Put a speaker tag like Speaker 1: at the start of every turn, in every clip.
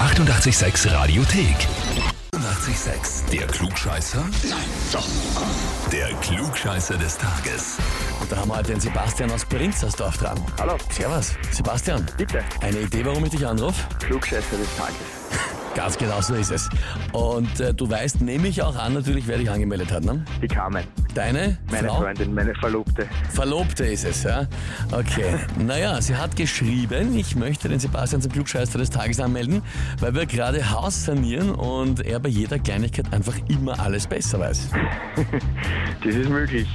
Speaker 1: 886 Radiothek. 886, der Klugscheißer? Nein, doch. Der Klugscheißer des Tages.
Speaker 2: Und da haben wir halt den Sebastian aus Prinzersdorf dran.
Speaker 3: Hallo.
Speaker 2: Servus. Sebastian,
Speaker 3: Bitte.
Speaker 2: eine Idee, warum ich dich anrufe?
Speaker 3: Klugscheißer des Tages.
Speaker 2: Ganz genau so ist es. Und äh, du weißt, nehme ich auch an, natürlich, wer dich angemeldet hat, ne?
Speaker 3: Die Carmen,
Speaker 2: Deine
Speaker 3: meine
Speaker 2: Frau?
Speaker 3: Freundin, meine Verlobte.
Speaker 2: Verlobte ist es, ja? Okay. naja, sie hat geschrieben, ich möchte den Sebastian zum Klugscheißer des Tages anmelden, weil wir gerade Haus sanieren und er bei jeder Kleinigkeit einfach immer alles besser weiß.
Speaker 3: Das ist möglich.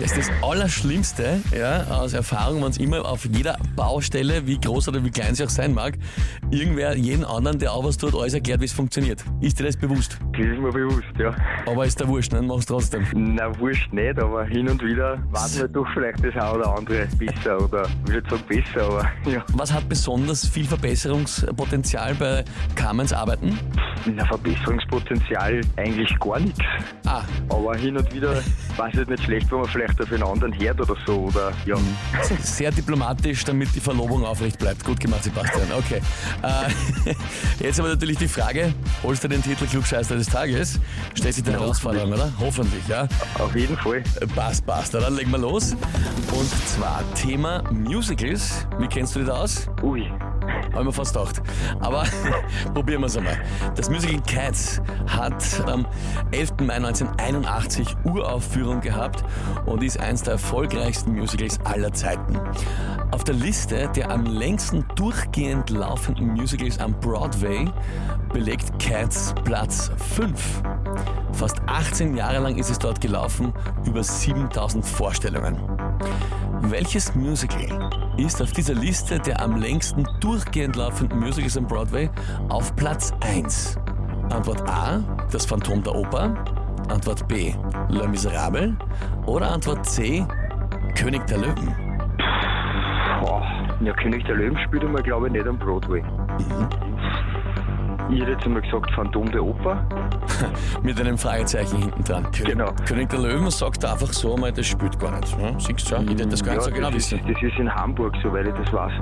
Speaker 2: Das ist das Allerschlimmste ja, aus Erfahrung, wenn es immer auf jeder Baustelle, wie groß oder wie klein sie auch sein mag, irgendwer jeden anderen, der auch was tut, alles erklärt, wie es funktioniert. Ist dir das bewusst?
Speaker 3: Das ist mir bewusst, ja.
Speaker 2: Aber ist der Wurscht, ne? mach's trotzdem.
Speaker 3: Na, wurscht nicht, aber hin und wieder warten wir doch vielleicht das eine oder andere besser oder, ich würde sagen, besser, aber ja.
Speaker 2: Was hat besonders viel Verbesserungspotenzial bei Carmens Arbeiten?
Speaker 3: Na, Verbesserungspotenzial eigentlich gar nichts.
Speaker 2: Ah,
Speaker 3: Aber hin und wieder weiß es nicht schlecht, wenn man vielleicht auf einen anderen hört oder so, oder, ja.
Speaker 2: sehr diplomatisch, damit die Verlobung aufrecht bleibt. Gut gemacht, Sebastian. Okay. Äh, jetzt aber natürlich die Frage, holst du den Titel Klugscheißer des Tages? Stellst dich der Herausforderung, oder? Hoffentlich, ja.
Speaker 3: Auf jeden Fall.
Speaker 2: Äh, Passt, passt. Na, Dann legen wir los. Und zwar Thema Musicals. Wie kennst du dich da aus?
Speaker 3: Ui.
Speaker 2: Haben wir fast gedacht. Aber probieren wir es einmal. Das Musical Cats hat am 11. Mai 1981 Uraufführung gehabt und ist eins der erfolgreichsten Musicals aller Zeiten. Auf der Liste der am längsten durchgehend laufenden Musicals am Broadway belegt Cats Platz 5. Fast 18 Jahre lang ist es dort gelaufen, über 7000 Vorstellungen. Welches Musical ist auf dieser Liste der am längsten durchgehend laufenden Musicals am Broadway auf Platz 1? Antwort A, das Phantom der Oper. Antwort B, Le Miserable. Oder Antwort C, König der Löwen.
Speaker 3: Boah. Ja, König der Löwen spielt man, glaube ich, nicht am Broadway. Ich hätte jetzt einmal gesagt, Phantom der Oper.
Speaker 2: Mit einem Fragezeichen hinten dran. König,
Speaker 3: Genau.
Speaker 2: König der Löwen sagt einfach so einmal, das spielt gar nicht. Ne? Siehst du, ja? ich hätte das gar nicht so genau
Speaker 3: das ist,
Speaker 2: wissen.
Speaker 3: Das ist in Hamburg, soweit ich das weiß.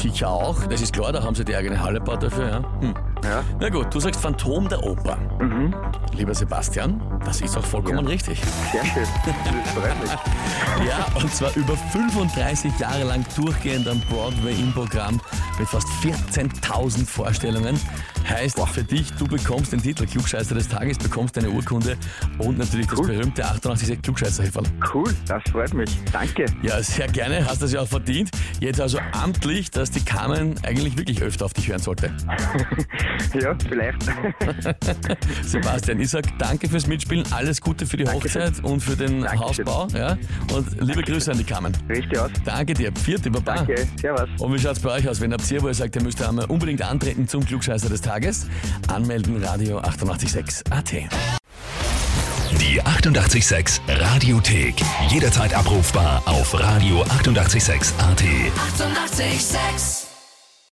Speaker 2: Sicher auch, das ist klar, da haben sie die eigene Halle gebaut dafür. Ja? Hm.
Speaker 3: Ja.
Speaker 2: Na gut, du sagst Phantom der Oper.
Speaker 3: Mhm.
Speaker 2: Lieber Sebastian, das ist auch vollkommen
Speaker 3: Ja.
Speaker 2: richtig.
Speaker 3: Sehr schön. Das freut mich.
Speaker 2: Ja, und zwar über 35 Jahre lang durchgehend am Broadway im Programm mit fast 14.000 Vorstellungen. Heißt für dich, du bekommst den Titel Klugscheißer des Tages, bekommst deine Urkunde und natürlich das
Speaker 3: Cool.
Speaker 2: berühmte 88 klugscheißer -Häferl.
Speaker 3: Cool, das freut mich. Danke.
Speaker 2: Ja, sehr gerne, hast das ja auch verdient. Jetzt also amtlich, dass die Carmen eigentlich wirklich öfter auf dich hören sollte.
Speaker 3: Ja, vielleicht.
Speaker 2: Sebastian, ich sag danke fürs Mitspielen, alles Gute für die
Speaker 3: Dankeschön.
Speaker 2: Hochzeit und für den
Speaker 3: Dankeschön.
Speaker 2: Hausbau. Ja? Und liebe Grüße an die Carmen.
Speaker 3: Richtig aus.
Speaker 2: Danke dir, vierte Baba.
Speaker 3: Danke. Servus.
Speaker 2: Und wie schaut's bei euch aus? Wenn habt ihr, wo ihr sagt, ihr müsst einmal unbedingt antreten zum Klugscheißer des Tages, anmelden Radio 886 AT.
Speaker 1: Die 886 Radiothek. Jederzeit abrufbar auf radio886.at. 886! 886.
Speaker 4: 886